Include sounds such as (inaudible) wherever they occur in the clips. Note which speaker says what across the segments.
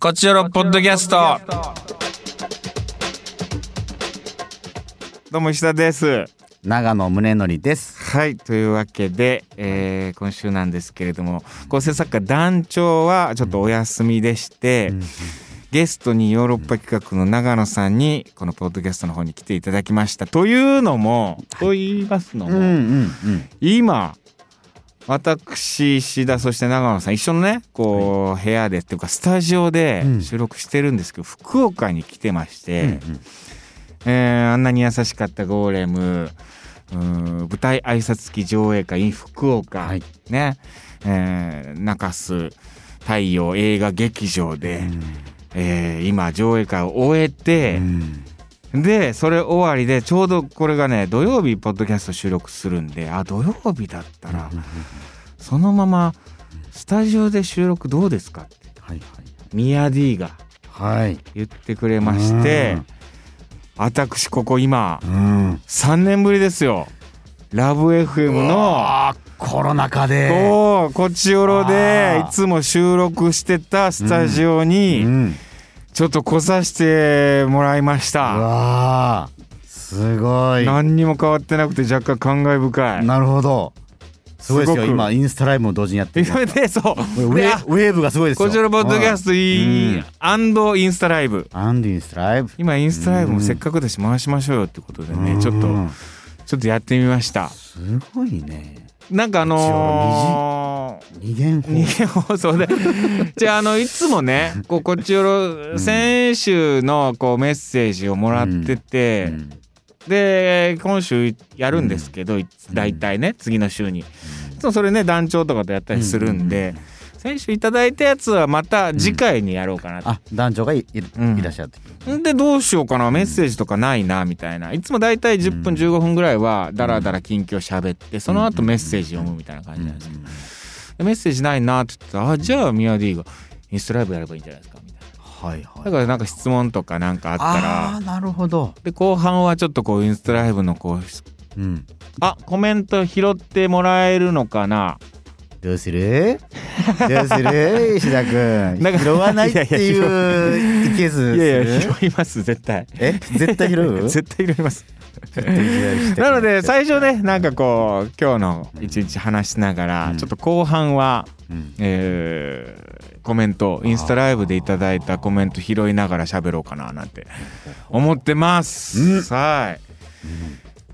Speaker 1: こちらのポッドキャスト。
Speaker 2: どうも石田です。
Speaker 3: 長野宗則です。
Speaker 2: はいというわけで、えー今週なんですけれども構成作家団長はちょっとお休みでして、ゲストにヨーロッパ企画の長野さんにこのポッドキャストの方に来ていただきました。というのも、と言いますの
Speaker 3: うんう
Speaker 2: も、
Speaker 3: ん
Speaker 2: 今私石田そして長野さん一緒のねこう、部屋でっていうかスタジオで
Speaker 3: うん
Speaker 2: 収録してるんですけど、福岡に来てまし
Speaker 3: うん。
Speaker 2: て、えーあんなに優しかったゴーレムうーん舞台挨拶付き上映会 in 福岡、
Speaker 3: はい
Speaker 2: ね、えー中洲太陽映画劇場で、えー今上映会を終えて、でそれ終わりでちょうどこれがね土曜日ポッドキャスト収録するんであ土曜日だったらそのままスタジオで収録どうですかって
Speaker 3: はい
Speaker 2: ミヤ D が
Speaker 3: はいはい。
Speaker 2: 言ってくれまして
Speaker 3: うん
Speaker 2: 私ここ今
Speaker 3: うん。
Speaker 2: 3年ぶりですよラブ FM の
Speaker 3: あコロナ禍で。
Speaker 2: こうこっちよろで
Speaker 3: あー
Speaker 2: いつも収録してたスタジオ
Speaker 3: う
Speaker 2: に
Speaker 3: ん。う
Speaker 2: ちょっと来させてもらいました
Speaker 3: わあすごい。
Speaker 2: 何にも変わってなくて若干感慨深い
Speaker 3: なるほど。すごいですよ。
Speaker 2: すごく
Speaker 3: 今インスタライブも同時にやってる。
Speaker 2: それ (laughs) でそう
Speaker 3: ウ
Speaker 2: で
Speaker 3: ェ
Speaker 2: あ
Speaker 3: ウェーブがすごいですよ。
Speaker 2: こちらのポッドキャスト
Speaker 3: うん
Speaker 2: and インスタライブ
Speaker 3: ト。アンディインスタライブ。
Speaker 2: 今インスタライブもせっかくだし回しましょうよってことでねちょっと
Speaker 3: うん
Speaker 2: ちょっとやってみました
Speaker 3: すごいね。
Speaker 2: なんかあのー
Speaker 3: 二元法。
Speaker 2: 二元放送でじゃああのいつもねこうこっちよろ先週のこうメッセージをもらってて、
Speaker 3: うん
Speaker 2: で今週やるんですけど、い大体ね次の週にいつもそれね団長とかとやったりするんで、先週いただいたやつはまた次回にやろうかなと
Speaker 3: あ団長がいい
Speaker 2: うん
Speaker 3: いらっしゃって。
Speaker 2: んでどうしようかなメッセージとかないなみたいないつも大体10分15分ぐらいはダラダラ近況喋ってその後メッセージ読むみたいな感じなんですけどでメッセージないなって言ったらあじゃあミヤディがインスタライブやればいいんじゃないですかみたいな
Speaker 3: はいはい
Speaker 2: だ。からなんか質問とかなんかあった
Speaker 3: あ
Speaker 2: ら
Speaker 3: ーなるほど。
Speaker 2: で後半はちょっとこうインスタライブのこう
Speaker 3: うん。
Speaker 2: あコメント拾ってもらえるのかな
Speaker 3: どうするどうす
Speaker 2: (laughs)
Speaker 3: る石田君
Speaker 2: なんか
Speaker 3: 拾わないって
Speaker 2: い
Speaker 3: いういけ
Speaker 2: い
Speaker 3: ず
Speaker 2: やい
Speaker 3: する
Speaker 2: や拾います絶対
Speaker 3: え絶対拾
Speaker 2: (laughs)
Speaker 3: う
Speaker 2: 絶対拾い
Speaker 3: (laughs)
Speaker 2: ます
Speaker 3: 対
Speaker 2: なので最初ねなんかこう今日の一日話しながら、
Speaker 3: うん
Speaker 2: ちょっと後半は、
Speaker 3: うん
Speaker 2: えーコメントインスタライブでいただいたコメント拾いながら喋ろうかななんて思ってます。
Speaker 3: うん
Speaker 2: はい。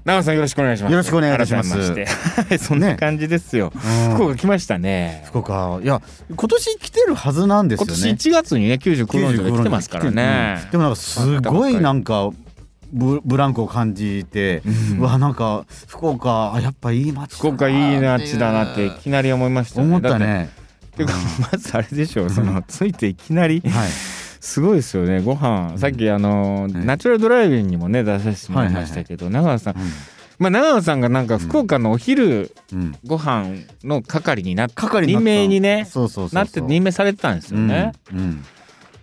Speaker 2: 長野さんよろしくお願いします。
Speaker 3: よろしくお願いいたします
Speaker 2: 改めましてそんな感じですよ。
Speaker 3: うん
Speaker 2: 福岡来ましたね。
Speaker 3: 福岡いや今年来てるはずなんです
Speaker 2: 今
Speaker 3: よ
Speaker 2: 年
Speaker 3: ね
Speaker 2: 1月にね99ロンジが来てますからね。
Speaker 3: うんでもなんかすごいなんかブブランクを感じて、うわなんか福岡あやっぱいい街
Speaker 2: 福岡いい街だなっていきなり思いましたね。
Speaker 3: 思った
Speaker 2: だ
Speaker 3: ね
Speaker 2: って。てかまずあれでしょそのついていきなり
Speaker 3: はい
Speaker 2: すごいですよねご飯さっきあの、
Speaker 3: ん
Speaker 2: ナチュラルドライビングにもね出させてもらいましたけど、長野さん、まあ、長野さんがなんか福岡のお昼
Speaker 3: うんうん
Speaker 2: ご飯の係になって
Speaker 3: 係に
Speaker 2: 任
Speaker 3: なった
Speaker 2: 命にね
Speaker 3: そうそうそうそう
Speaker 2: なって任命されてたんですよね、
Speaker 3: うん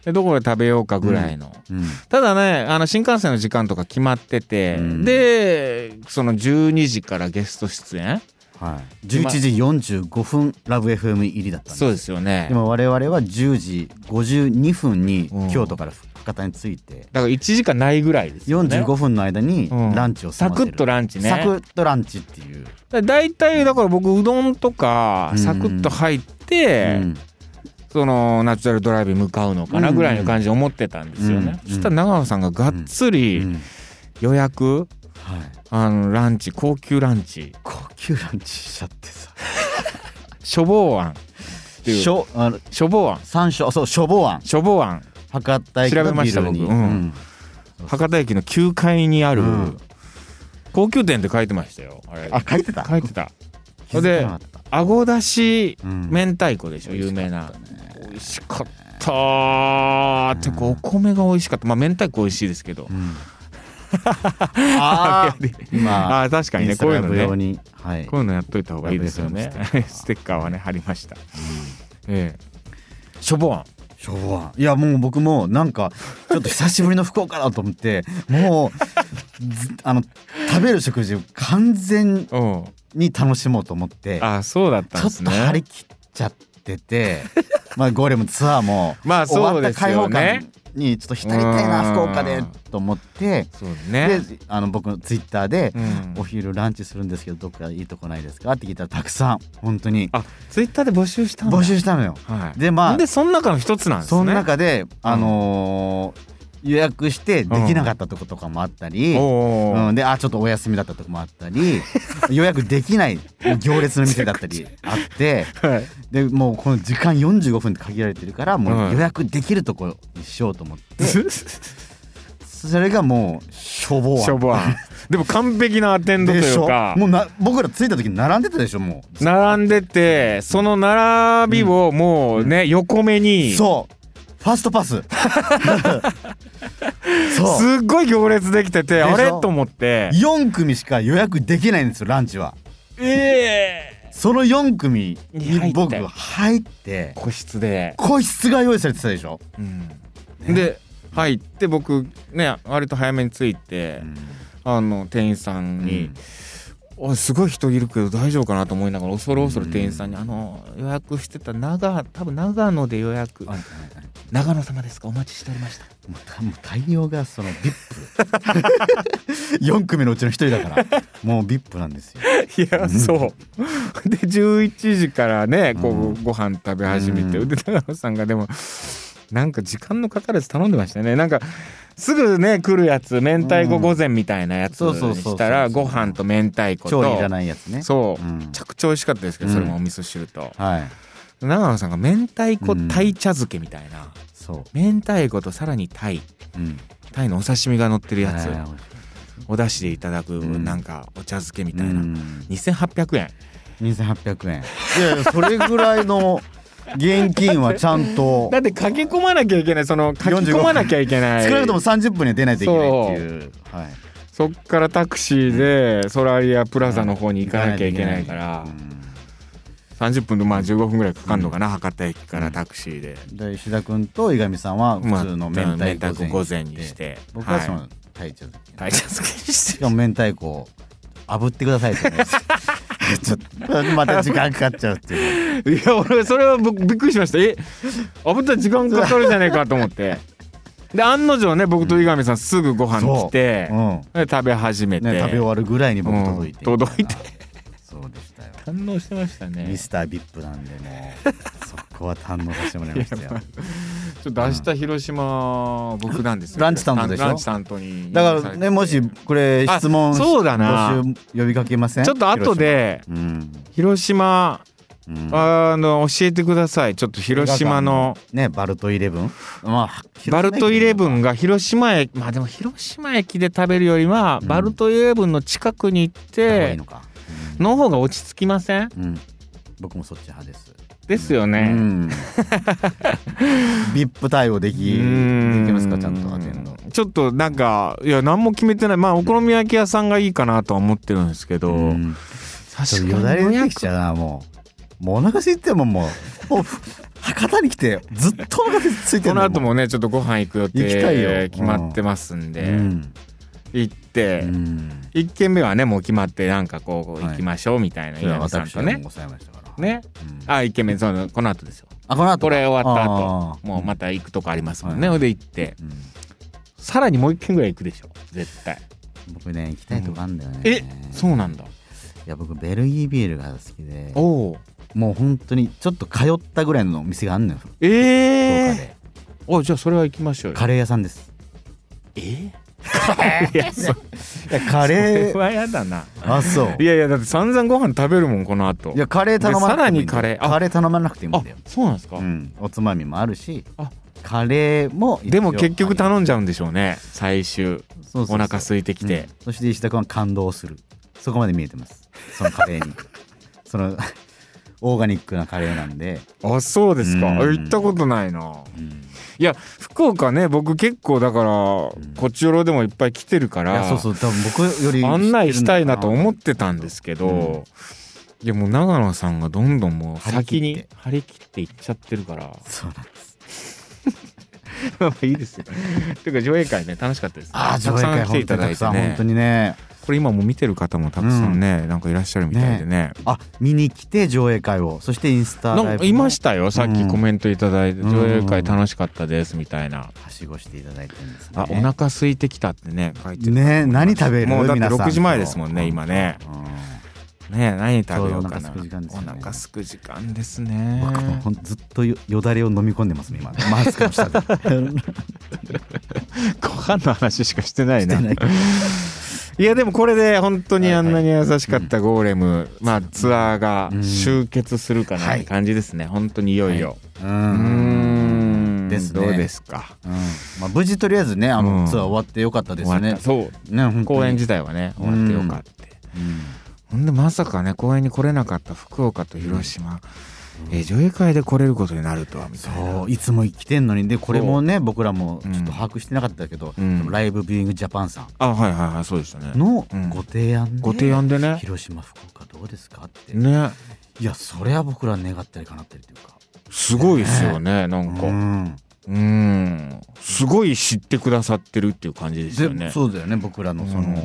Speaker 2: でどこで食べようかぐらいの、
Speaker 3: うんうん
Speaker 2: ただねあの新幹線の時間とか決まってて、
Speaker 3: うん
Speaker 2: でその12時からゲスト出演
Speaker 3: はい、11時45分ラブ FM 入りだったんです
Speaker 2: そうですよね
Speaker 3: 今我々は10時52分に
Speaker 2: うん
Speaker 3: 京都から博多に着いて
Speaker 2: だから1時間ないぐらいですよね
Speaker 3: 45分の間に
Speaker 2: うん
Speaker 3: ランチを済
Speaker 2: サ
Speaker 3: ませ
Speaker 2: クッ
Speaker 3: る
Speaker 2: とランチね
Speaker 3: サクッとランチっていう、
Speaker 2: だ大体だから僕うどんとか
Speaker 3: うん
Speaker 2: サクッと入って、
Speaker 3: うん
Speaker 2: そのナチュラルドライブに向かうのかなぐらいの感じで思ってたんですよね、
Speaker 3: うん
Speaker 2: そしたら長野さんががっつ
Speaker 3: う
Speaker 2: り
Speaker 3: ん
Speaker 2: 予約
Speaker 3: はい、
Speaker 2: あのランチ高級ランチ
Speaker 3: 高級ランチしちゃってさ
Speaker 2: 処方案っていう
Speaker 3: しょあの
Speaker 2: 処方案
Speaker 3: 山椒そう消防案
Speaker 2: 処方案
Speaker 3: 博多駅
Speaker 2: 調べ
Speaker 3: の
Speaker 2: ま
Speaker 3: ビ
Speaker 2: した
Speaker 3: ルに、
Speaker 2: 僕うん博多駅の9階にある
Speaker 3: うん
Speaker 2: 高級店って書いてましたよあれ
Speaker 3: あ書いてた
Speaker 2: 書いてた
Speaker 3: 気づかなかった
Speaker 2: あごだし
Speaker 3: うん
Speaker 2: 明太子でしょ、有名な美味しかったーてかお米が美味しかったまあ明太子美味しいですけど、 (laughs)
Speaker 3: うん、ああ今
Speaker 2: あー確かに
Speaker 3: イ
Speaker 2: ね
Speaker 3: ンスタ
Speaker 2: こうい
Speaker 3: ラ
Speaker 2: う
Speaker 3: イ
Speaker 2: の
Speaker 3: ブ
Speaker 2: ね
Speaker 3: 用にはい
Speaker 2: こういうのやっといた方がいいですよね
Speaker 3: ラ
Speaker 2: (laughs)
Speaker 3: ブ。
Speaker 2: ステッカーはね貼りました。ええ。ショボン。
Speaker 3: 昭和いやもう僕もなんかちょっと久しぶりの福岡だと思ってもうずあの食べる食事を完全
Speaker 2: うん。
Speaker 3: に楽しもうと思って
Speaker 2: あ、そうだっ
Speaker 3: ち
Speaker 2: たん
Speaker 3: ょ
Speaker 2: で
Speaker 3: っ
Speaker 2: す
Speaker 3: と張
Speaker 2: ね
Speaker 3: り。切っちゃっててまあゴーレムツアーも
Speaker 2: (laughs) まあ
Speaker 3: 終わ
Speaker 2: そう
Speaker 3: った
Speaker 2: です
Speaker 3: 開放
Speaker 2: よね
Speaker 3: 感にちょっと浸りたいな
Speaker 2: うん
Speaker 3: 福岡でと思って
Speaker 2: そう
Speaker 3: で
Speaker 2: ね
Speaker 3: あの僕のツイッターで
Speaker 2: う、ん
Speaker 3: お昼ランチするんですけどどっかいいとこないですか?」って聞いたらたくさん本当に
Speaker 2: あツイッターで募集したんだ
Speaker 3: 募集したのよ。
Speaker 2: はい
Speaker 3: でまあ
Speaker 2: でその中の一つなんですね
Speaker 3: その中で、あのー予約してできなかったとことかもあったり、うん
Speaker 2: おー
Speaker 3: であちょっとお休みだったとこもあっ
Speaker 2: (laughs)
Speaker 3: たり予約できない行列の店だったりあって
Speaker 2: はい
Speaker 3: でもうこの時間45分って限られてるからも
Speaker 2: は
Speaker 3: う
Speaker 2: い
Speaker 3: 予約できるとこにしようと
Speaker 2: (laughs)
Speaker 3: 思って、それがもうしょぼわ
Speaker 2: しょぼわんでも完璧なアテンドと
Speaker 3: で
Speaker 2: い
Speaker 3: し
Speaker 2: う
Speaker 3: ょ
Speaker 2: か
Speaker 3: もうな僕ら着いた時に並んでたでしょもう
Speaker 2: 並んでてその並びをもうね、横目にす
Speaker 3: そうファーストパ
Speaker 2: (laughs)
Speaker 3: スそう
Speaker 2: っごい行列できてて
Speaker 3: でしょ
Speaker 2: あれと思って
Speaker 3: 4組しか予約できないんですよランチは
Speaker 2: ええ
Speaker 3: その4組に
Speaker 2: 入っ
Speaker 3: 僕
Speaker 2: たよ
Speaker 3: 入って
Speaker 2: 個室で、
Speaker 3: 個室が用意されてたでしょ、
Speaker 2: うんで入って僕ね割と早めに着いて、あの店員さんに「おいすごい人いるけど大丈夫かな?」と思いながら恐る恐る店員さんに「あの予約してた長多分長野で予約
Speaker 3: あも
Speaker 2: 長野様ですかお待ちしておりました」
Speaker 3: うたもう対応がその (laughs) VIP 4組のうちの1人だからもう VIP なんですよ
Speaker 2: いやそう (laughs) で11時からねこ
Speaker 3: う
Speaker 2: うご飯食べ始めて、
Speaker 3: うん
Speaker 2: で長野さんがでもなんか時間のかかるやつ頼んでましたねなんかすぐね来るやつ明太子
Speaker 3: うん
Speaker 2: 御膳みたいなやつ
Speaker 3: そうそう
Speaker 2: に
Speaker 3: そうそう
Speaker 2: したらご飯と明太子と
Speaker 3: 調理いらないやつね
Speaker 2: そう、
Speaker 3: うん
Speaker 2: めちゃくちゃ美味しかったですけどそれもお味噌汁と、
Speaker 3: はい
Speaker 2: 長野さんが明太子鯛茶漬けみたいな、
Speaker 3: そう、
Speaker 2: 明太子とさらに鯛
Speaker 3: うん、
Speaker 2: 鯛のお刺身が乗ってるやつ、
Speaker 3: はい
Speaker 2: お出汁でいただく
Speaker 3: ん
Speaker 2: なんかお茶漬けみ
Speaker 3: う
Speaker 2: たいな、
Speaker 3: ん
Speaker 2: 2800円
Speaker 3: 2800円いやいやそれぐらいの現金はちゃん
Speaker 2: (laughs)
Speaker 3: と
Speaker 2: だって書き込まなきゃいけないその書き込まなきゃいけない
Speaker 3: 少なくとも30分には出ないといけないっていうはい
Speaker 2: (laughs) そっからタクシーでソラリアプラザの方に行かなきゃいけないから30分でまあ15分ぐらいかかるのかな博多駅からタクシーで
Speaker 3: うんで石田君と伊上さんは
Speaker 2: まあ
Speaker 3: 普通の明太子
Speaker 2: 午前にして
Speaker 3: 僕はそ
Speaker 2: い
Speaker 3: の体調漬け
Speaker 2: 大茶漬けにし
Speaker 3: してかも明太子を炙ってくださいって
Speaker 2: (laughs)
Speaker 3: ねちょっと (laughs) また時間かかっちゃうっていう
Speaker 2: いや俺それは僕びっくりしましたえ炙ったら時間かかるじゃねえかと思ってで案の定ね僕と井上さんすぐご飯来て
Speaker 3: うん
Speaker 2: で食べ始めて
Speaker 3: ね食べ終わるぐらいに僕
Speaker 2: うん
Speaker 3: 届いて
Speaker 2: 届いて
Speaker 3: (laughs) そうでしたよ
Speaker 2: 堪能してましたね
Speaker 3: ミスタービップなんでもうそこは堪能させてもらいましたよ
Speaker 2: ちょっと明日広島、僕なんですよ
Speaker 3: ランチ担当でしょ
Speaker 2: ランチ担当に
Speaker 3: だからねもしこれ
Speaker 2: あ
Speaker 3: 質問
Speaker 2: そうだな
Speaker 3: 募集呼びかけません
Speaker 2: ちょっと後で
Speaker 3: 広島うん
Speaker 2: 広島
Speaker 3: うん
Speaker 2: あの教えてくださいちょっと広島の
Speaker 3: ねバルトイレブンまあ
Speaker 2: バルトイレブンが広島駅まあでも広島駅で食べるよりは
Speaker 3: うん
Speaker 2: バルトイレブンの近くに行っ
Speaker 3: で
Speaker 2: ての方が落ち着きません
Speaker 3: うん、僕もそっち派です。
Speaker 2: ですよ
Speaker 3: う
Speaker 2: ね (laughs)
Speaker 3: ん。ビップ対応でき、
Speaker 2: う
Speaker 3: でき
Speaker 2: ん
Speaker 3: ますか、ちゃんとアテンド。
Speaker 2: ちょっとなんかいや何も決めてないまあお好み焼き屋さんがいいかなとは思ってるんですけど、
Speaker 3: うんちょっ
Speaker 2: 確
Speaker 3: とよ
Speaker 2: か
Speaker 3: だ
Speaker 2: に
Speaker 3: れ
Speaker 2: 予
Speaker 3: 出て
Speaker 2: 約
Speaker 3: きちゃうな、もう。もうお腹空いてるもん、もう。もう、博多に来て、ずっとお腹空い
Speaker 2: こ
Speaker 3: てる
Speaker 2: の
Speaker 3: の
Speaker 2: 後。もねちょっとご飯行く予
Speaker 3: 行きたいよう
Speaker 2: 定
Speaker 3: ん
Speaker 2: 決まってますん
Speaker 3: う
Speaker 2: で、
Speaker 3: ん。
Speaker 2: 行って、
Speaker 3: うん。
Speaker 2: 一1軒目はねもう決まってなんかこう
Speaker 3: はい
Speaker 2: 行きましょうみたいな
Speaker 3: それ
Speaker 2: 稲
Speaker 3: は
Speaker 2: 見さん
Speaker 3: 私
Speaker 2: と
Speaker 3: がも
Speaker 2: ね
Speaker 3: う抑えましたから。
Speaker 2: ね
Speaker 3: うん。
Speaker 2: あ1軒目そのこの後ですよ
Speaker 3: あ、この後。
Speaker 2: これ終わった後
Speaker 3: あー
Speaker 2: もうまた行くとこありますもんねほ
Speaker 3: はい
Speaker 2: いで行って
Speaker 3: うん
Speaker 2: さらにもう1軒ぐらい行くでしょ絶対
Speaker 3: 僕ね、行きたいとこあんだよね。
Speaker 2: えそうなんだ
Speaker 3: いや、僕、ベルギービールが好きで、
Speaker 2: おお
Speaker 3: もう本当に、ちょっと通ったぐらいの店があんのよ、福
Speaker 2: え
Speaker 3: 岡
Speaker 2: え
Speaker 3: で。
Speaker 2: ー、おじゃあそれは行きましょうよ
Speaker 3: カレー屋さんです。
Speaker 2: えーいやそ
Speaker 3: いやカ
Speaker 2: れ
Speaker 3: レー
Speaker 2: はやだな
Speaker 3: (laughs) あそう
Speaker 2: (laughs) いやいやだって散々ご飯食べるもんこの後
Speaker 3: いやカレー頼まなく
Speaker 2: でさら
Speaker 3: てもいいんだよ
Speaker 2: にカレーあ
Speaker 3: カレー頼まなくてもいい
Speaker 2: あ
Speaker 3: んだよ、
Speaker 2: そうなんですか、
Speaker 3: うん、おつまみもあるし
Speaker 2: あ
Speaker 3: カレーも一応
Speaker 2: でも結局
Speaker 3: あ
Speaker 2: 頼んじゃうんでしょうね最終
Speaker 3: のそうそうそう
Speaker 2: お腹空いてきて、
Speaker 3: うんそして石田君は感動するそこまで見えてますそのカレーに (laughs) そのオーガニックなカレーなんで、
Speaker 2: あそうですか、
Speaker 3: うん
Speaker 2: 行ったことないな
Speaker 3: うん、
Speaker 2: いや福岡ね僕結構だから、こっちよろでもいっぱい来てるか
Speaker 3: いや
Speaker 2: ら
Speaker 3: そうそう多分僕より
Speaker 2: 案内したいなと
Speaker 3: う
Speaker 2: 思ってたんですけど、
Speaker 3: うん
Speaker 2: いやもう長野さんがどんどんもう先に張り切って行っちゃってるから
Speaker 3: そうなんです
Speaker 2: (laughs) まあいいですよ。ていうか上映会ね楽しかったです、
Speaker 3: ああ
Speaker 2: た
Speaker 3: 上映
Speaker 2: くさ
Speaker 3: 会
Speaker 2: ん来て
Speaker 3: 本
Speaker 2: い
Speaker 3: 当
Speaker 2: ただ
Speaker 3: にた
Speaker 2: い
Speaker 3: く
Speaker 2: て
Speaker 3: さん本
Speaker 2: ね
Speaker 3: 当にね
Speaker 2: これ今も見てる方もたくさんね、なんかいらっしゃるみたいでね
Speaker 3: あ見に来て上映会をそしてインスタラ
Speaker 2: な
Speaker 3: イ
Speaker 2: ん
Speaker 3: ブ
Speaker 2: かいましたたよさっきコメントいただいて、
Speaker 3: うん
Speaker 2: 上映会楽しかったですみたいな、
Speaker 3: はしごしていただいてるんですね
Speaker 2: あお腹空いてきたってね書いてる
Speaker 3: ね何食べる
Speaker 2: もうだって
Speaker 3: 皆さん
Speaker 2: 6時前ですもんね今ね
Speaker 3: う
Speaker 2: ね何食べようか
Speaker 3: ちょ
Speaker 2: な
Speaker 3: うどお腹空く時間ですよね
Speaker 2: お腹すく時間ですね
Speaker 3: ん僕もほんとずっとよよだれを飲み込んでます
Speaker 2: (laughs)
Speaker 3: ね今マスクの下で
Speaker 2: ご飯の話しかしてないな
Speaker 3: してない
Speaker 2: いやでもこれで本当に
Speaker 3: はい
Speaker 2: あ
Speaker 3: はい
Speaker 2: んなに優しかったゴーレム、まあツアーが集結するかなって感じですね、本当にいよいよ、
Speaker 3: う
Speaker 2: うーん
Speaker 3: んですね
Speaker 2: どうですか
Speaker 3: うんまあ、無事とりあえずねあ
Speaker 2: うん
Speaker 3: のツアー終わってよかったですよ
Speaker 2: 終わ
Speaker 3: ね
Speaker 2: った。そ
Speaker 3: ね本当
Speaker 2: う
Speaker 3: に
Speaker 2: 公演自体はね終わってよかった、
Speaker 3: うん
Speaker 2: ほんでまさかね公演に来れなかった福岡と広島、えー上映会で来れることになるとはみたいな
Speaker 3: そういつも来てんのにでこれもね僕らもちょっと
Speaker 2: うん
Speaker 3: 把握してなかったけど、
Speaker 2: うん
Speaker 3: でもライブビューイングジャパンさ
Speaker 2: あはいはいはいそうでしたね
Speaker 3: んの
Speaker 2: うん
Speaker 3: ご提案で、
Speaker 2: ご提案でね
Speaker 3: 広島福岡どうですかって、
Speaker 2: ね
Speaker 3: いやそれは僕ら願ったりかなったりというか
Speaker 2: すごいですよねなんか、
Speaker 3: うん
Speaker 2: うんすごい知ってくださってるっていう感じですよね
Speaker 3: で。そうだよね僕らのその、
Speaker 2: うん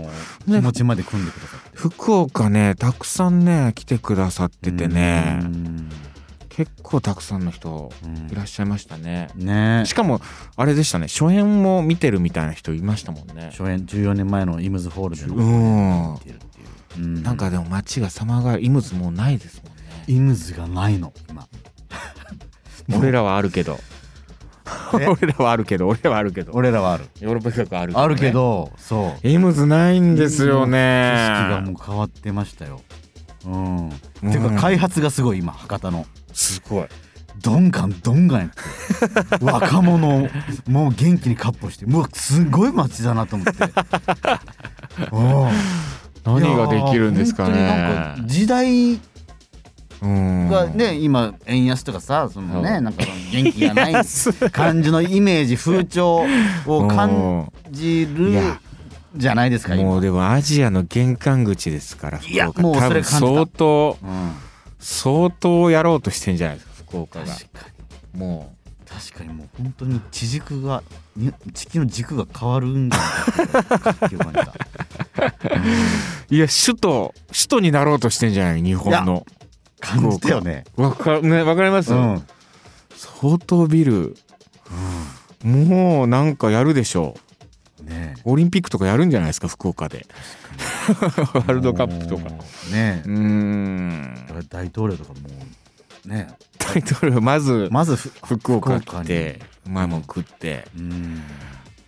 Speaker 3: 気持ちまで組んでくださって
Speaker 2: 福岡ねたくさんね来てくださっててね、
Speaker 3: うん
Speaker 2: 結構たくさんの人
Speaker 3: うん
Speaker 2: いらっしゃいましたね。
Speaker 3: ね
Speaker 2: しかもあれでしたね初演も見てるみたいな人いましたもんね。
Speaker 3: 初演14年前のイムズホールでの
Speaker 2: うん
Speaker 3: 見てるっていう、うん
Speaker 2: なんかでも街が様変わりイムズもうないですもんね。
Speaker 3: イムズがないの今
Speaker 2: 俺らはあるけど
Speaker 3: え
Speaker 2: 俺らはあるけど俺らはあるけど
Speaker 3: 俺らはある
Speaker 2: ヨーロッパ企画ある
Speaker 3: あるけ
Speaker 2: ね
Speaker 3: どそう
Speaker 2: イムズないんですよね。
Speaker 3: 景色がもう変わってましたよ。う
Speaker 2: う
Speaker 3: ん。
Speaker 2: ん
Speaker 3: てか開発がすごい今博多の。
Speaker 2: すごい。
Speaker 3: どんがんどんがんやっ
Speaker 2: (laughs)
Speaker 3: て若者をもう元気にカッポしてうわすごい街だなと
Speaker 2: (laughs)
Speaker 3: 思ってうん
Speaker 2: 何ができるんですか
Speaker 3: いやー本当になん
Speaker 2: ね
Speaker 3: か。時代
Speaker 2: うん
Speaker 3: がね今円安とかさその
Speaker 2: う
Speaker 3: ね
Speaker 2: ん
Speaker 3: なんかその元気がない感じのイメージ風潮を感じ
Speaker 2: い
Speaker 3: る
Speaker 2: や
Speaker 3: じゃないですか今
Speaker 2: もうでもアジアの玄関口ですから
Speaker 3: いや
Speaker 2: 福岡
Speaker 3: もう
Speaker 2: 多
Speaker 3: それ
Speaker 2: 分
Speaker 3: 感じた
Speaker 2: 相当
Speaker 3: うん
Speaker 2: 相当やろうとしてんじゃないですか福岡
Speaker 3: 確
Speaker 2: が
Speaker 3: かに
Speaker 2: も
Speaker 3: 確かにもう本当に地軸がに地球の軸が変わるんだなっていう感じ
Speaker 2: (laughs)
Speaker 3: だ
Speaker 2: ういや首都首都になろうとしてんじゃない日本の
Speaker 3: 感じたよね。
Speaker 2: わか,、ね、わかります、
Speaker 3: うん、
Speaker 2: 相当ビルもうなんかやるでしょ
Speaker 3: ね
Speaker 2: うオリンピックとかやるんじゃないですか福岡で (laughs) ワールドカップとか
Speaker 3: ね
Speaker 2: うーん
Speaker 3: だから大統領とかもうね
Speaker 2: タイトルまず
Speaker 3: まずふ
Speaker 2: 福岡来
Speaker 3: に
Speaker 2: てうまいもん食って
Speaker 3: うん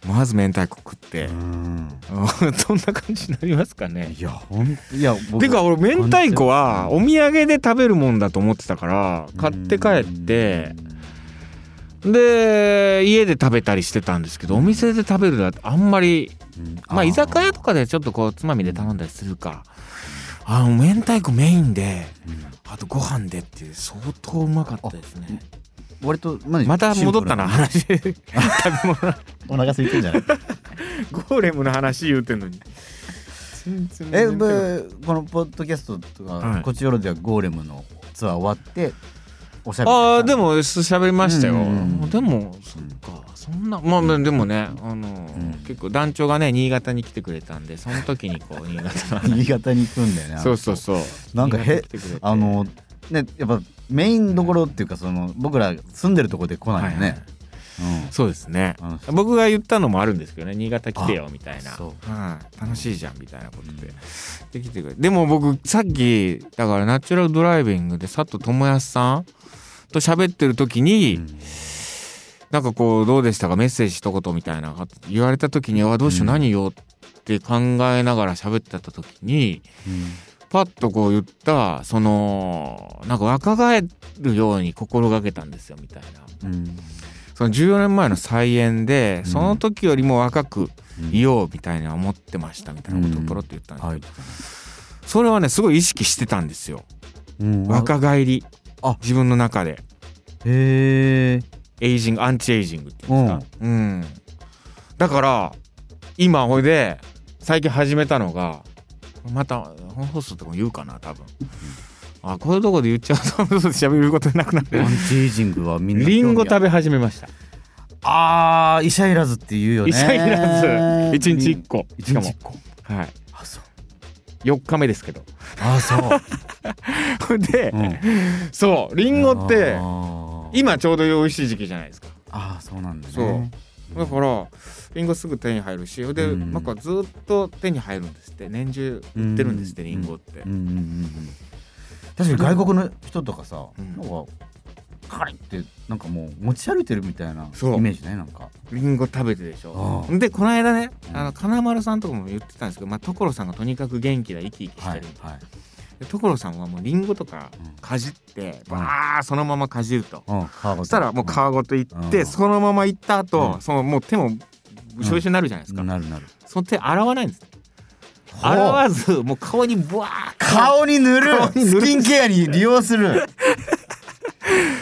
Speaker 2: まず明太子食っ
Speaker 3: う
Speaker 2: て、
Speaker 3: ん
Speaker 2: (laughs) そんな感じになりますかね
Speaker 3: いや本当いや僕
Speaker 2: てか俺明太子はお
Speaker 3: うん
Speaker 2: 土産で食べるもんだと思ってたから買って帰ってで家で食べたりしてたんですけどお店で食べるのはあんまり
Speaker 3: うん
Speaker 2: まあ居酒屋とかでちょっとこうつまみで頼んだりするかあの明太子メインで
Speaker 3: うん
Speaker 2: あとご飯でっていう相当うまかったですね
Speaker 3: 割とまあ
Speaker 2: また戻ったな
Speaker 3: シ
Speaker 2: 話
Speaker 3: ン
Speaker 2: 食べ物
Speaker 3: プルお腹空いてんじゃない
Speaker 2: ゴーレムの話言うてんのに全然
Speaker 3: (laughs) えぶこのポッドキャストと
Speaker 2: は
Speaker 3: か
Speaker 2: い
Speaker 3: こっちよろではゴーレムのツアー終わっておしゃべり
Speaker 2: ああでも喋りましたよ、
Speaker 3: うんうんうん
Speaker 2: でもそっかそんなまあまあでもねあの、
Speaker 3: うん
Speaker 2: 結構団長がね新潟に来てくれたんでその時に
Speaker 3: (laughs)
Speaker 2: こう新潟の
Speaker 3: 新潟に行くんだよね。
Speaker 2: そうそうそう
Speaker 3: なんか
Speaker 2: 新潟
Speaker 3: へ
Speaker 2: に来てくれて
Speaker 3: あのねやっぱメインどころっていうかその僕ら住んでるとこで来
Speaker 2: は
Speaker 3: ないいよ
Speaker 2: は
Speaker 3: ね
Speaker 2: い。そうですね
Speaker 3: うん。
Speaker 2: 僕が言ったのもあるんですけどね新潟来てよみたいな
Speaker 3: あそ
Speaker 2: はい楽しいじゃんみたいなことで、できてくれでも僕さっきだからナチュラルドライビングで佐藤智康さんと喋ってる時に、
Speaker 3: うん
Speaker 2: なんかこうどうでしたかメッセージ一言みたいな言われた時にあどうしよう
Speaker 3: うん
Speaker 2: 何よって考えながら喋ってた時に
Speaker 3: うん
Speaker 2: パッとこう言ったそのなんか若返るように心がけたんですよみたいな
Speaker 3: うん
Speaker 2: その14年前の再演で
Speaker 3: うん
Speaker 2: その時よりも若くい
Speaker 3: よ
Speaker 2: ようみたいな思ってましたみたいなことをポロッと言ったんです
Speaker 3: はい。
Speaker 2: それはねすごい意識してたんですよ
Speaker 3: うん
Speaker 2: 若返り
Speaker 3: あ
Speaker 2: 自分の中で
Speaker 3: へえ。
Speaker 2: エイジングアンチエイジングっていうんですか、うんだから今ほいで最近始めたのがまた本放送とかも言うかな多分、あこういうとこで言っちゃうと本放送で喋ることなくなって
Speaker 3: アンチエイジングはみんな興味
Speaker 2: リンゴ
Speaker 3: あ
Speaker 2: 食べ始めました
Speaker 3: あー医者いらずって言うよね。
Speaker 2: 医者いらず1日1個
Speaker 3: 一
Speaker 2: しか
Speaker 3: 日
Speaker 2: も
Speaker 3: 一個。
Speaker 2: はい
Speaker 3: あそう。
Speaker 2: 4日目ですけど
Speaker 3: ああ (laughs) そう。
Speaker 2: で、
Speaker 3: うん
Speaker 2: そうリンゴって
Speaker 3: あー
Speaker 2: 今ちょうど美味しい時期じゃないですか
Speaker 3: あーそうなんだね。
Speaker 2: そうだからリンゴすぐ手に入るしで、
Speaker 3: うん
Speaker 2: なんかずっと手に入るんですって年中売ってるんですって
Speaker 3: うん
Speaker 2: リンゴって
Speaker 3: うんうんうんうん。確かに外国の人とかさ、
Speaker 2: うん
Speaker 3: なんかカリってなんかもう持ち歩いてるみたいな
Speaker 2: そう
Speaker 3: イメージねなんか。
Speaker 2: リンゴ食べてでしょ
Speaker 3: あ
Speaker 2: でこの間ね
Speaker 3: うん
Speaker 2: あの金丸さんとかも言ってたんですけど、まあ、所さんがとにかく元気だ生き生きし
Speaker 3: は
Speaker 2: て
Speaker 3: い
Speaker 2: る、
Speaker 3: はい。
Speaker 2: で所さんはもうリンゴとか
Speaker 3: うん
Speaker 2: かじってバーそのままかじると、
Speaker 3: うん、そ
Speaker 2: そしたらもう皮ごといって、
Speaker 3: うん
Speaker 2: そのままいった後、
Speaker 3: うん
Speaker 2: そのもう手もぶしょぶしょになるじゃないですか、
Speaker 3: なるなる。
Speaker 2: その手洗わないんです
Speaker 3: ほう
Speaker 2: 洗わずもう顔にブワー
Speaker 3: 顔に塗る
Speaker 2: 顔に塗る
Speaker 3: スキンケアに利用す (laughs) る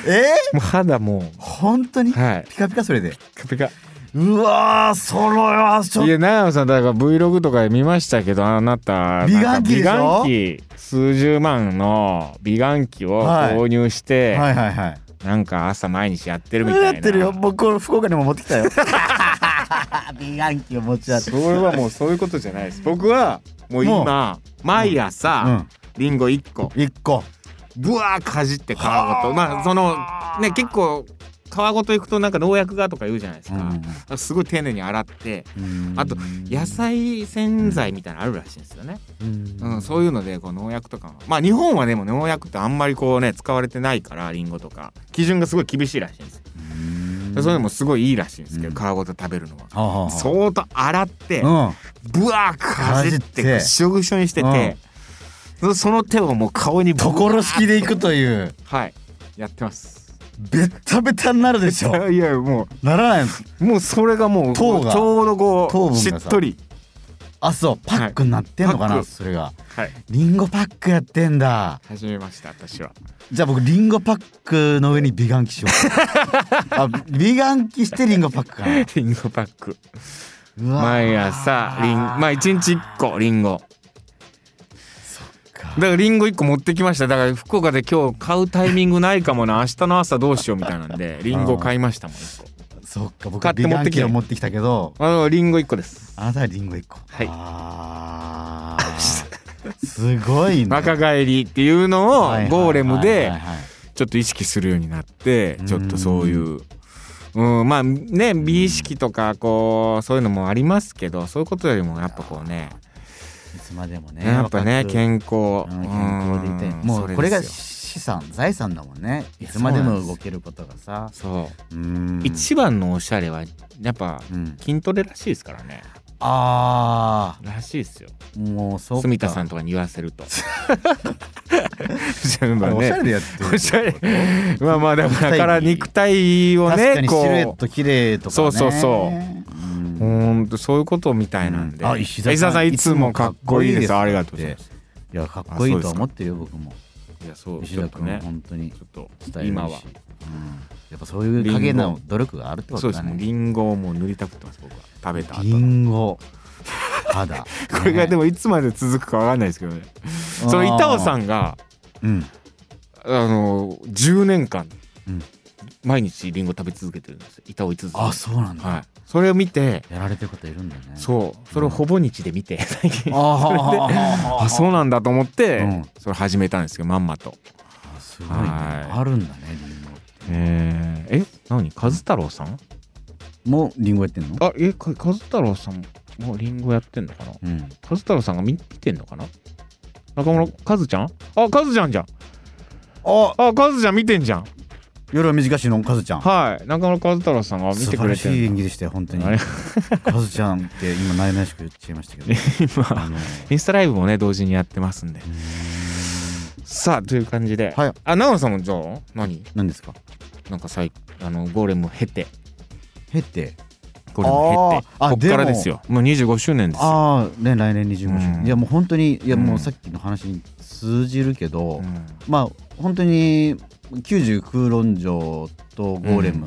Speaker 3: え
Speaker 2: もう肌も
Speaker 3: ー、本当に、
Speaker 2: はい
Speaker 3: ピカピカそれで
Speaker 2: ピカピカ
Speaker 3: うわーそれはちょっ
Speaker 2: い
Speaker 3: と
Speaker 2: や長野さんだから Vlog とかで見ましたけどあなた
Speaker 3: 美顔器でしょ
Speaker 2: なんか美顔器数十万の美顔器を
Speaker 3: はい
Speaker 2: 購入して、
Speaker 3: はいはいはい
Speaker 2: なんか朝毎日やってるみたいな
Speaker 3: やってるよ僕これ福岡にも持ってきたよ (laughs) 美顔器を持ち歩
Speaker 2: そ
Speaker 3: いて
Speaker 2: れはもうそういうことじゃないです僕はもう今毎
Speaker 3: う
Speaker 2: 朝、
Speaker 3: ん
Speaker 2: りん、リンゴ1個
Speaker 3: 一個
Speaker 2: ブワーかじって皮ごと
Speaker 3: はあ
Speaker 2: まあそのね結構皮ごといくとなんか農薬がとか言うじゃないです
Speaker 3: う
Speaker 2: か,、
Speaker 3: ん
Speaker 2: すごい丁寧に洗って
Speaker 3: うん
Speaker 2: あと野菜洗剤みたいなのあるらしいんですよね、
Speaker 3: うん
Speaker 2: うんそういうのでこう農薬とかはまあ日本はでも農薬ってあんまりこうね使われてないからりんごとか基準がすごい厳しいらしいんですよ、
Speaker 3: うん
Speaker 2: それでもすごいいいらしいんですけど、
Speaker 3: うん
Speaker 2: 皮ごと食べるのは。
Speaker 3: はあはあはあ
Speaker 2: 相当洗って、
Speaker 3: うん
Speaker 2: ブワーかじっ
Speaker 3: かじ
Speaker 2: て
Speaker 3: って
Speaker 2: ぐしょぐしょにしてて、そその手をもう顔にブワー
Speaker 3: ところ式でいくという
Speaker 2: はいやってます
Speaker 3: ベッタベタになるでし
Speaker 2: (laughs)
Speaker 3: ょ
Speaker 2: いやも
Speaker 3: ならないの
Speaker 2: うもうそれがもう
Speaker 3: 糖が
Speaker 2: ちょうどこ
Speaker 3: 糖
Speaker 2: う
Speaker 3: 分
Speaker 2: し
Speaker 3: が
Speaker 2: っ
Speaker 3: さ
Speaker 2: とり
Speaker 3: あそうパックになってんのかな、
Speaker 2: はいパック
Speaker 3: それが
Speaker 2: はい
Speaker 3: リンゴパックやってんだ
Speaker 2: 始めました私
Speaker 3: (laughs)
Speaker 2: は
Speaker 3: じゃあ僕リンゴパックの上に美顔器しよう
Speaker 2: (laughs)
Speaker 3: あ美顔器してリンゴパックかな
Speaker 2: リンゴパック
Speaker 3: うわー
Speaker 2: 毎朝リンまあ1日1個リンゴ
Speaker 3: か
Speaker 2: だからリンゴ1個持ってきましただから福岡で今日買うタイミングないかもな明日の朝どうしようみたいなんでリンゴ買いましたもん1個
Speaker 3: そっか僕
Speaker 2: 買って
Speaker 3: 美
Speaker 2: 持っ
Speaker 3: 顔
Speaker 2: てきて
Speaker 3: 器を持ってきたけど
Speaker 2: あのリンゴ1個です
Speaker 3: あなたはリンゴ一個
Speaker 2: はい
Speaker 3: あーすごいね
Speaker 2: (laughs) 若返りっていうのを
Speaker 3: はいはいはいはい
Speaker 2: ゴーレムでちょっと意識するようになって
Speaker 3: うん
Speaker 2: ちょっとそういう。うん、まあね美意識とかこうそういうのもありますけどそういうことよりもやっぱこうね
Speaker 3: いつまでもね
Speaker 2: やっぱね
Speaker 3: 若く
Speaker 2: 健康
Speaker 3: うん健康でいたい
Speaker 2: うん
Speaker 3: もうこれが
Speaker 2: そ
Speaker 3: 資産財産だもんね
Speaker 2: い
Speaker 3: い
Speaker 2: や
Speaker 3: つまで
Speaker 2: そうなん
Speaker 3: も
Speaker 2: です
Speaker 3: 動けることがさ
Speaker 2: ですよそう
Speaker 3: ーん
Speaker 2: う一番のおしゃれはやっぱ
Speaker 3: うん
Speaker 2: 筋トレらしいですからね
Speaker 3: あ
Speaker 2: らしいですよ
Speaker 3: あもうそうか
Speaker 2: 住田さんとかに言わせる (laughs) とじゃあまあ
Speaker 3: あれおしゃ
Speaker 2: ね
Speaker 3: れでやってる
Speaker 2: おしゃれ
Speaker 3: (laughs)
Speaker 2: まあまあだから
Speaker 3: 肉体美
Speaker 2: から肉体を
Speaker 3: 確か
Speaker 2: ね
Speaker 3: にシルエッ
Speaker 2: こう
Speaker 3: ト綺麗とかね
Speaker 2: そうそうそ
Speaker 3: うん
Speaker 2: ほんとそういうことみたいなんで、
Speaker 3: うんあ石田さん
Speaker 2: いつもかっこいいです
Speaker 3: いつもかっ
Speaker 2: あ
Speaker 3: こいいです
Speaker 2: りがとうございます
Speaker 3: いやかっこいいとは思ってるよ僕も
Speaker 2: いやそう
Speaker 3: 石
Speaker 2: ちょ
Speaker 3: 田
Speaker 2: っと
Speaker 3: 君
Speaker 2: ね
Speaker 3: は本当に
Speaker 2: ちょっ
Speaker 3: 伝え
Speaker 2: と
Speaker 3: るし
Speaker 2: 今は
Speaker 3: うんやっぱそういう影の努力があるってこ
Speaker 2: そう
Speaker 3: と
Speaker 2: で
Speaker 3: だ
Speaker 2: すね
Speaker 3: ね
Speaker 2: リンゴをもう塗りたくってます僕は食べた後
Speaker 3: リンゴ肌
Speaker 2: (laughs) これがで
Speaker 3: も
Speaker 2: もいつまで続くかわかんないですけどねその板尾さんが
Speaker 3: うん
Speaker 2: あの10年間、
Speaker 3: うん
Speaker 2: 毎日リンゴ食べ続けてるんですよ板尾い続けて
Speaker 3: あそうなんだ
Speaker 2: はい、それを見て
Speaker 3: やられてることいるんだよね (laughs)
Speaker 2: そうそれをほぼ日で見て最近 (laughs)
Speaker 3: あ
Speaker 2: あそうなんだと思って、
Speaker 3: うん
Speaker 2: それ始めたんですけどまんまと
Speaker 3: あすごい
Speaker 2: はい
Speaker 3: ねあるんだねリンゴ
Speaker 2: えー、え何和太郎さん
Speaker 3: もうリンゴやってんの
Speaker 2: あえか和太郎さんもリンゴやってんのかな
Speaker 3: うん
Speaker 2: 和太郎さんが見見てんのかな中村和ちゃんあ和ちゃんじゃん
Speaker 3: あ
Speaker 2: あ和ちゃん見てんじゃん
Speaker 3: 夜は短しのカズちゃん
Speaker 2: はい中村和太郎さんが見てくれ
Speaker 3: 素
Speaker 2: て
Speaker 3: 晴らしい
Speaker 2: る
Speaker 3: 演技でしたよ本当に
Speaker 2: あれ
Speaker 3: カズちゃんって今悩ましく言っちゃいまし
Speaker 2: (laughs)
Speaker 3: たけど
Speaker 2: 今
Speaker 3: あの
Speaker 2: インスタライブもね同時にやってますんでさあという感じで、
Speaker 3: はい
Speaker 2: あ長野さんもじゃあ何
Speaker 3: 何ですか
Speaker 2: なんかさいあのゴーレムを経て
Speaker 3: へって
Speaker 2: ゴーレムを経て
Speaker 3: あーあ
Speaker 2: こっから
Speaker 3: で
Speaker 2: で
Speaker 3: も
Speaker 2: すよもう25周年ですよ
Speaker 3: ああね来年25周
Speaker 2: うん
Speaker 3: 年いやもう本当にいやもうんうさっきの話に通じるけど、
Speaker 2: うん
Speaker 3: まあ本当に90空論城とゴーレム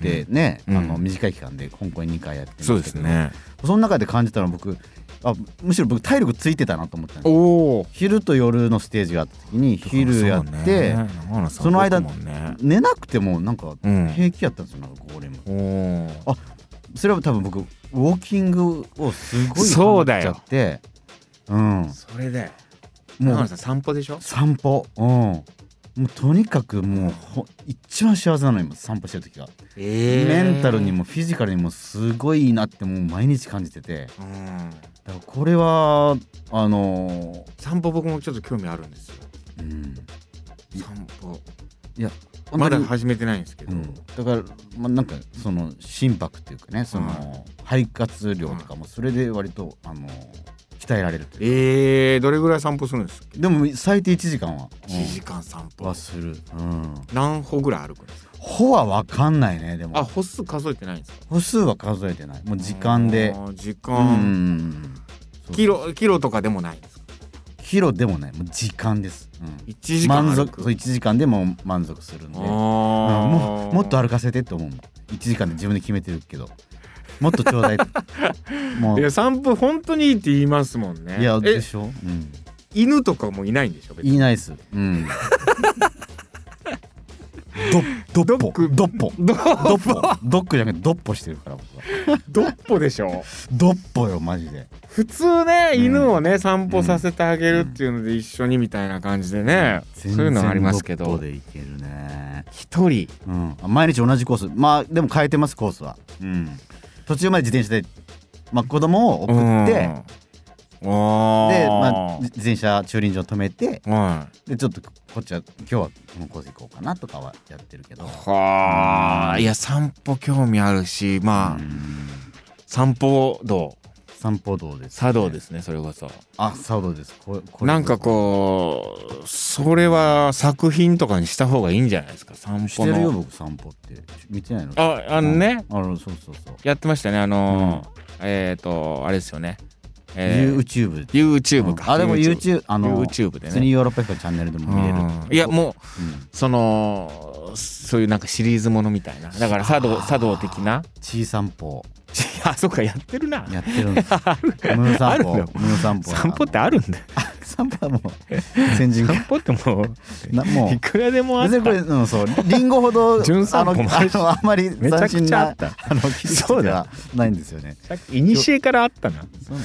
Speaker 3: でね、
Speaker 2: うん
Speaker 3: あの短い期間で香港に2回やってるん
Speaker 2: そうで
Speaker 3: け
Speaker 2: す
Speaker 3: ど
Speaker 2: ね
Speaker 3: その中で感じたのは僕あむしろ僕体力ついてたなと思ったんです
Speaker 2: おお
Speaker 3: 昼と夜のステージがあった時に昼やって、
Speaker 2: そ
Speaker 3: そ
Speaker 2: の
Speaker 3: の
Speaker 2: 間
Speaker 3: 間
Speaker 2: もんね
Speaker 3: 寝なくてもなんか
Speaker 2: うん
Speaker 3: 平気やったんですよなんかゴーレム
Speaker 2: おー
Speaker 3: それは多分僕ウォーキングをすごい
Speaker 2: そうだよ
Speaker 3: ハマっちゃってうん、
Speaker 2: それで
Speaker 3: も
Speaker 2: 浜
Speaker 3: う
Speaker 2: 田さん散歩でしょ
Speaker 3: 散歩、うん、もうとにかくもうほ一番幸せなの今散歩してる時が、
Speaker 2: え
Speaker 3: メンタルに
Speaker 2: も、
Speaker 3: もフィジカルにもすごいいいなってもう毎日感じてて
Speaker 2: うん、
Speaker 3: だからこれはあの
Speaker 2: 散歩僕もちょっと興味あるんですよ
Speaker 3: うん
Speaker 2: 散歩
Speaker 3: 本当
Speaker 2: ま
Speaker 3: に
Speaker 2: だ始めてないんですけど、
Speaker 3: うん、だから、まあ、なんかその心拍っていうかねその肺活量とかもそれで割とあの鍛えられるという
Speaker 2: えー、どれぐらい散歩するんですか
Speaker 3: でも最低1時間は、うん
Speaker 2: 1時間散歩
Speaker 3: はする、うん、
Speaker 2: 何歩ぐらい歩くんですか
Speaker 3: 歩は分かんないねで
Speaker 2: あ
Speaker 3: も
Speaker 2: 歩数数えてないんですか
Speaker 3: 歩数は数えてないもう時間で
Speaker 2: あー時
Speaker 3: う
Speaker 2: 間、
Speaker 3: んそう
Speaker 2: キロキロとかでもないんですか
Speaker 3: キロでもないもう時間です、うん
Speaker 2: 1時間
Speaker 3: 満
Speaker 2: 歩
Speaker 3: 足
Speaker 2: く
Speaker 3: そう1時間でもう満足するんで
Speaker 2: あー
Speaker 3: うんももっと歩かせてって思うもん1時間で自分で決めてるけどもっとちょ
Speaker 2: (laughs)
Speaker 3: うだいも
Speaker 2: いうや散歩本当にいいって言いますもんね
Speaker 3: いや
Speaker 2: え
Speaker 3: でしょ、うん
Speaker 2: 犬とかもいないんでしょ別に
Speaker 3: いないっす。
Speaker 2: (laughs)
Speaker 3: うん。ドドッポドッポ
Speaker 2: ど (laughs)
Speaker 3: ドッポドックじゃなくてドッポしてるから僕は。
Speaker 2: どっぽでしょ
Speaker 3: ドッポよマジで。
Speaker 2: 普通ね
Speaker 3: うん
Speaker 2: 犬をね散歩させてあげるっていうので一緒にみたいな感じでね、そういうのはありますけ
Speaker 3: 全然ドッ
Speaker 2: ど
Speaker 3: ポでいけるね。
Speaker 2: 一人
Speaker 3: うん。毎日同じコース。まあでも変えてますコースは。うん。途中まで自転車で、まあ子供を送って、で
Speaker 2: うんおー
Speaker 3: まあ自転車駐輪場止めて、
Speaker 2: は
Speaker 3: でちょっとこっちは今日はこのコース行こうかなとかはやってるけど。
Speaker 2: いはあいや散歩興味あるしまあ、
Speaker 3: うん
Speaker 2: 散歩道
Speaker 3: 散歩道です、。
Speaker 2: 茶道ですすねそれこそ
Speaker 3: あ、茶道です。ここれ
Speaker 2: なんかこうそれは作品とかにした方がいいんじゃないですか散
Speaker 3: して
Speaker 2: 歩
Speaker 3: るよ
Speaker 2: の
Speaker 3: 僕散歩って見てないの
Speaker 2: ああのね、
Speaker 3: あのそうそうそう、
Speaker 2: やってましたねあのーえっ、とあれですよね、えー
Speaker 3: YouTube
Speaker 2: YouTube か、
Speaker 3: あでも YouTube あの
Speaker 2: YouTube で
Speaker 3: 普通に
Speaker 2: ね
Speaker 3: ヨーロッパ行くチャンネルでも見れる、
Speaker 2: うんいやもう
Speaker 3: うん、
Speaker 2: そのそういうなんかシリーズものみたいなだから茶道茶道的な
Speaker 3: ちい散歩
Speaker 2: (laughs) あそっかやってるな
Speaker 3: やってるんです
Speaker 2: (laughs)
Speaker 3: ムー散歩
Speaker 2: あ
Speaker 3: ム
Speaker 2: るの
Speaker 3: ー散歩
Speaker 2: 散歩ってあるんだよ
Speaker 3: あ散歩はもう先人
Speaker 2: 散
Speaker 3: か
Speaker 2: 歩ってもう
Speaker 3: なも
Speaker 2: (laughs) いうくらでもあっ
Speaker 3: 別にこれ、
Speaker 2: た
Speaker 3: うん、そうリンゴほ
Speaker 2: (laughs)
Speaker 3: ど
Speaker 2: 純散歩
Speaker 3: あの
Speaker 2: も
Speaker 3: あ
Speaker 2: あるし
Speaker 3: のあんまり
Speaker 2: めちゃ
Speaker 3: 斬
Speaker 2: く
Speaker 3: 新
Speaker 2: ちゃあっ
Speaker 3: な
Speaker 2: た
Speaker 3: あの切り口
Speaker 2: そう
Speaker 3: で
Speaker 2: だ
Speaker 3: はないんですよね
Speaker 2: いにしえからあったな
Speaker 3: そうなん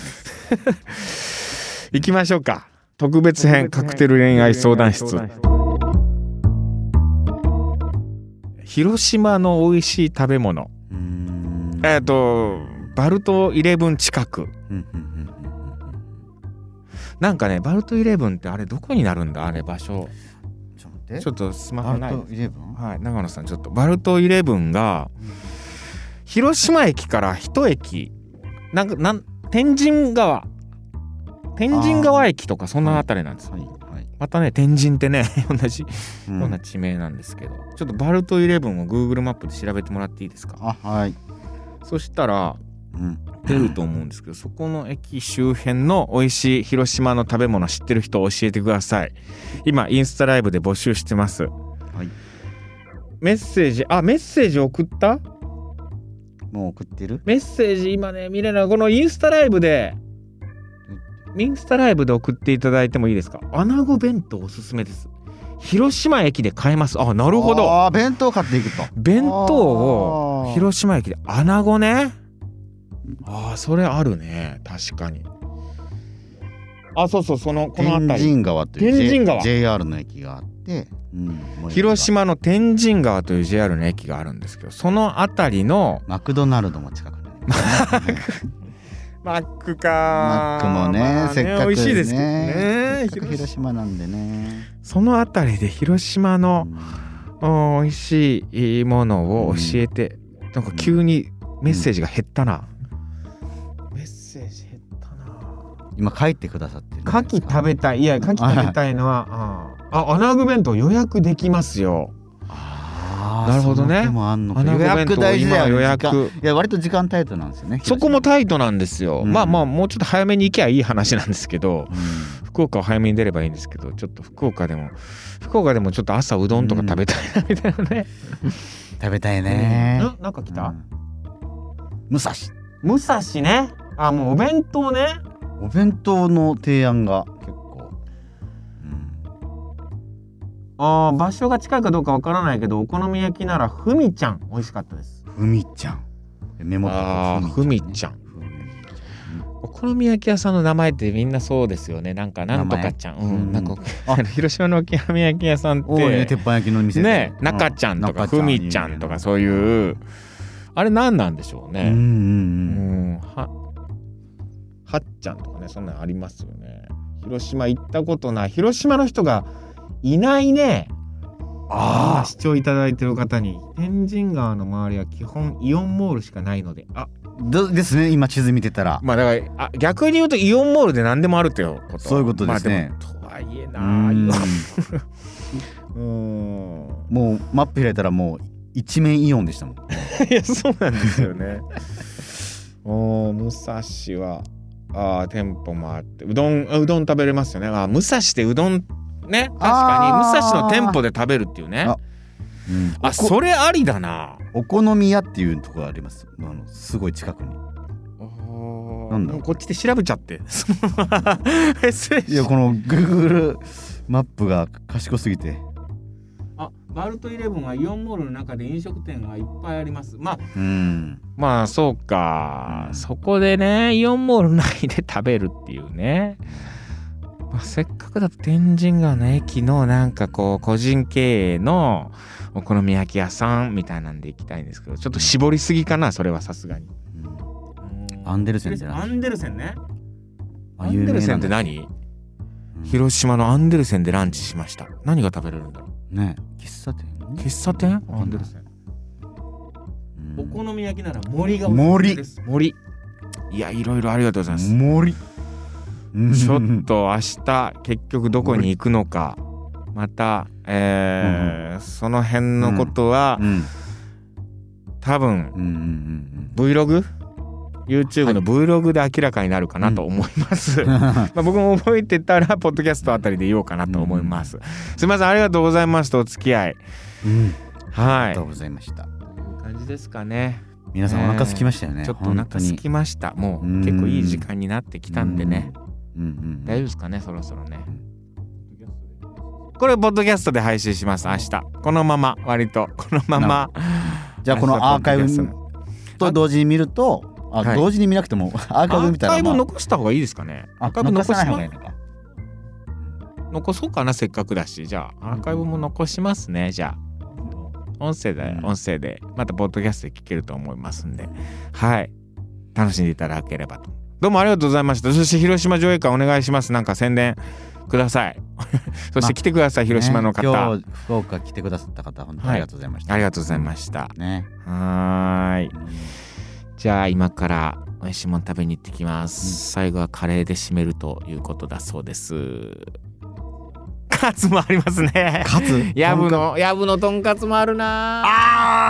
Speaker 3: です
Speaker 2: 行きましょうか特別編カクテル恋愛相談室広島の美味しい食べ物
Speaker 3: うーん
Speaker 2: えっ、とバルトイレブン近く
Speaker 3: うんうんうんうんうん
Speaker 2: なんかねバルトイレブンってあれどこになるんだあれ場所
Speaker 3: ちょっと待って
Speaker 2: ちょっとスマ
Speaker 3: バ
Speaker 2: ホ
Speaker 3: ル
Speaker 2: ない
Speaker 3: トイレブン
Speaker 2: はい長野さんちょっとバルトイレブンが広島駅から一駅なんかなん天神川天神川駅とかそんなあたりなんですよ
Speaker 3: はいはい。
Speaker 2: またね天神ってね (laughs) 同じよ
Speaker 3: う
Speaker 2: うな地名なんですけど、ちょっとバルトイレブンを Google マップで調べてもらっていいですか
Speaker 3: あはい。
Speaker 2: そしたら
Speaker 3: うん。
Speaker 2: 出ると思うんですけどそこの駅周辺の美味しい広島の食べ物知ってる人教えてください今インスタライブで募集してます
Speaker 3: はい。
Speaker 2: メッセージあメッセージ送った
Speaker 3: もう送ってる？
Speaker 2: メッセージ今ね見れないこのインスタライブでインスタライブで送っていただいてもいいですか穴子弁当おすすめです広島駅で買えますあな
Speaker 3: な
Speaker 2: るほど
Speaker 3: あー弁当買っていくと。
Speaker 2: 弁当を
Speaker 3: あー
Speaker 2: 広島駅で穴子ねああそれあるね確かにあそうそうそのこの
Speaker 3: 天
Speaker 2: 辺り
Speaker 3: 神川という
Speaker 2: 天神川
Speaker 3: J- JR の駅があって、うん、
Speaker 2: 広島の天神川という JR の駅があるんですけどその辺りの
Speaker 3: マクドナルドも近く
Speaker 2: (laughs)
Speaker 3: にありますね。
Speaker 2: マック
Speaker 3: マ
Speaker 2: か
Speaker 3: ックもね、
Speaker 2: まあ
Speaker 3: せっかく
Speaker 2: 美味しいですけど
Speaker 3: せ
Speaker 2: ね
Speaker 3: っかく広島なんでね。
Speaker 2: その辺りで広島の
Speaker 3: うん
Speaker 2: うん美味しいものを教えて、なんか急にメッセージが減ったな、メッセージ減ったな
Speaker 3: 今書いてくださってるんですか。
Speaker 2: 牡蠣食べたいいや牡蠣食べたいのはうんあ穴具弁当予約できますよ
Speaker 3: あー
Speaker 2: なるほどね
Speaker 3: その手もあんのか
Speaker 2: 穴子
Speaker 3: 予
Speaker 2: 弁
Speaker 3: 約
Speaker 2: 当
Speaker 3: 大事だ
Speaker 2: 今
Speaker 3: よ、ね、
Speaker 2: 予
Speaker 3: 時
Speaker 2: 約
Speaker 3: 間いや割と時間タイトなんですよね。
Speaker 2: そこもタイトなんですよ、
Speaker 3: うん
Speaker 2: まあまあもうちょっと早めに行きゃいい話なんですけど (laughs)
Speaker 3: 広島、うん
Speaker 2: 福岡は早めに出ればいいんですけどちょっと福岡でも福岡でもちょっと朝うどんとか食べたいなみたいなね、
Speaker 3: 食べたいね。
Speaker 2: うんなんか来た、
Speaker 3: うん武蔵。
Speaker 2: 武蔵ねあもうお弁当ね
Speaker 3: お弁当の提案が結構。うん
Speaker 2: あー場所が近いかどうかわからないけどお好み焼きならふみちゃん美味しかったです
Speaker 3: ふみちゃん。メモっ
Speaker 2: あー
Speaker 3: とこう
Speaker 2: ふみちゃん
Speaker 3: ふみちゃんね
Speaker 2: お好好み焼き屋さんの名前ってみんなそうですよねなんかなんとかちゃん、う
Speaker 3: 前うん
Speaker 2: ん、なんか
Speaker 3: あ
Speaker 2: 広島のお好み焼き屋さんっ
Speaker 3: 多いね
Speaker 2: て
Speaker 3: 鉄板焼きの店
Speaker 2: ね中ちゃんとかふみちゃんとかそういうあれ何なんでしょう
Speaker 3: うんう
Speaker 2: ね、うんん、ははっちゃんとかねそんなんありますよね広島行ったことない広島の人がいないね
Speaker 3: うん
Speaker 2: ああ
Speaker 3: あ
Speaker 2: 視聴いただいてる方に天神川の周りは基本イオンモールしかないのであ
Speaker 3: あどですね今地図見てたら
Speaker 2: まあだからあ逆に言うとイオンモールで何でもあるってこと
Speaker 3: そういうことですね
Speaker 2: まあ、でもとはいえ
Speaker 3: う
Speaker 2: なあイオン
Speaker 3: ん
Speaker 2: うん (laughs)
Speaker 3: もうマップ開いたらもう一面イオンでしたもん
Speaker 2: いやそうなんですよね (laughs) おー武蔵はあー店舗もあってうどんあうどん食べれますよねあー武蔵でうどんね確か
Speaker 3: あ
Speaker 2: に
Speaker 3: ー
Speaker 2: 武蔵の店舗で食べるっていうねあ
Speaker 3: あうん
Speaker 2: それありだな
Speaker 3: お好み屋っていうところがありますあのすごい近くになんだ
Speaker 2: もうこっちで調べちゃって (laughs) そのまま失礼し
Speaker 3: いやこの Google マップが賢すぎて
Speaker 2: あバルトイレブンはイオンモールの中で飲食店はいっぱいありますまあ
Speaker 3: うん
Speaker 2: まあそうか、
Speaker 3: うん
Speaker 2: そこでねイオンモール内で食べるっていうね、まあ、せっかくだと天神川の駅のなんかこう個人経営のお好み焼き屋さんみたいなんで行きたいんですけどちょっと絞りすぎかなそれはさすがに
Speaker 3: アンデルセンじゃない
Speaker 2: アンデルセンね
Speaker 3: あ
Speaker 2: アンデルセンって
Speaker 3: 有名なんだ
Speaker 2: 何
Speaker 3: うん
Speaker 2: 広島のアンデルセンでランチしました何が食べれるんだろ
Speaker 3: ね喫茶店
Speaker 2: う喫茶店
Speaker 3: アンデル
Speaker 2: セン
Speaker 3: うん
Speaker 2: み焼きなら森が
Speaker 3: おすすめです
Speaker 2: 森いやいろいろありがとうございます
Speaker 3: 森
Speaker 2: ちょっと明日結局どこに行くのかまた、えーその辺のことは、
Speaker 3: うん
Speaker 2: 多分
Speaker 3: うんうん
Speaker 2: Vlog?YouTube の Vlog で明らかになるかなと思い (laughs) ます。
Speaker 3: うんうん
Speaker 2: まあ僕も覚えてたらポッドキャストあたりで言おうかなと思います。すみませんありがとうございましたお付き合い。
Speaker 3: うんあ
Speaker 2: はい。
Speaker 3: りがとう
Speaker 2: こ
Speaker 3: ございました
Speaker 2: ういう感じですかね。
Speaker 3: 皆さんお腹空きましたよね
Speaker 2: ちょっとお腹空きました。もう結構いい時間になってきたんでね。
Speaker 3: うんうん
Speaker 2: 大丈夫ですかねそろそろねこれポッドキャストで配信します明日このまま割とこのまま
Speaker 3: じゃあこのアーカイ
Speaker 2: 明日ポッ
Speaker 3: ブ
Speaker 2: ドキャス
Speaker 3: と同時に見るとあ
Speaker 2: はい
Speaker 3: 同時に見なくてもアーカイブ見
Speaker 2: ト
Speaker 3: た
Speaker 2: アーカ
Speaker 3: ら
Speaker 2: イ
Speaker 3: ま
Speaker 2: ブ
Speaker 3: あ
Speaker 2: 残した方がいいですかね
Speaker 3: あ
Speaker 2: アーカイブ残し
Speaker 3: 残さない方
Speaker 2: ま
Speaker 3: がいいのか
Speaker 2: 残そうかなせっかくだしじゃあアーカイブも残しますねじゃあ音声で
Speaker 3: うん
Speaker 2: 音声でまたポッドキャストで聞けると思いますんではい楽しんでいただければとどうもありがとうございましたそして広島上映会お願いしますなんか宣伝ください (laughs) そして来てください広島の
Speaker 3: ね
Speaker 2: 方、
Speaker 3: 今日福岡来てくださった方本当にありがとうございました
Speaker 2: ありがとうございました
Speaker 3: ね
Speaker 2: はーい。
Speaker 3: うん
Speaker 2: じゃあ今から美味しいもん食べに行ってきます。最後はカレーで締めるということだそうです。カツもありますね。
Speaker 3: カツ
Speaker 2: ヤブのヤブのとんかつもあるな。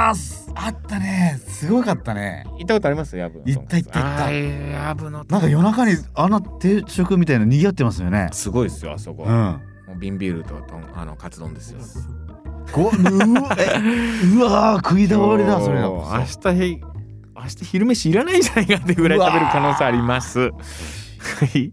Speaker 3: あーすあったねすごかったね
Speaker 2: 行ったことありますヤブのとんかつ。
Speaker 3: 行った行った行った
Speaker 2: あーヤブのと
Speaker 3: なん
Speaker 2: ん
Speaker 3: か夜中にあの定食みたいなの賑わってますよね
Speaker 2: すごいですよあそこ。
Speaker 3: う
Speaker 2: も
Speaker 3: ん
Speaker 2: う瓶ビールととんあのカツ丼ですよ。
Speaker 3: ごうわえうわー食い倒れだそれだ
Speaker 2: もう明日へ明日昼飯いらないんじゃないかってぐらい食べる可能性あります。はい。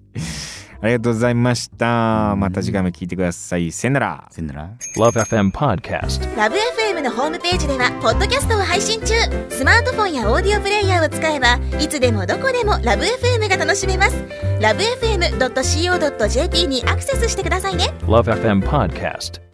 Speaker 2: ありがとうございました。また次回も聞いてください。さよなら。
Speaker 3: せんなら
Speaker 1: Love FM Podcast.
Speaker 4: ラブ f m のホームページではポッドキャストを配信中スマートフォンやオーディオプレイヤーを使えばいつでもどこでもラブ f m が楽しめますラブ FM.co.jp にアクセスしてくださいね
Speaker 1: Love FM Podcast.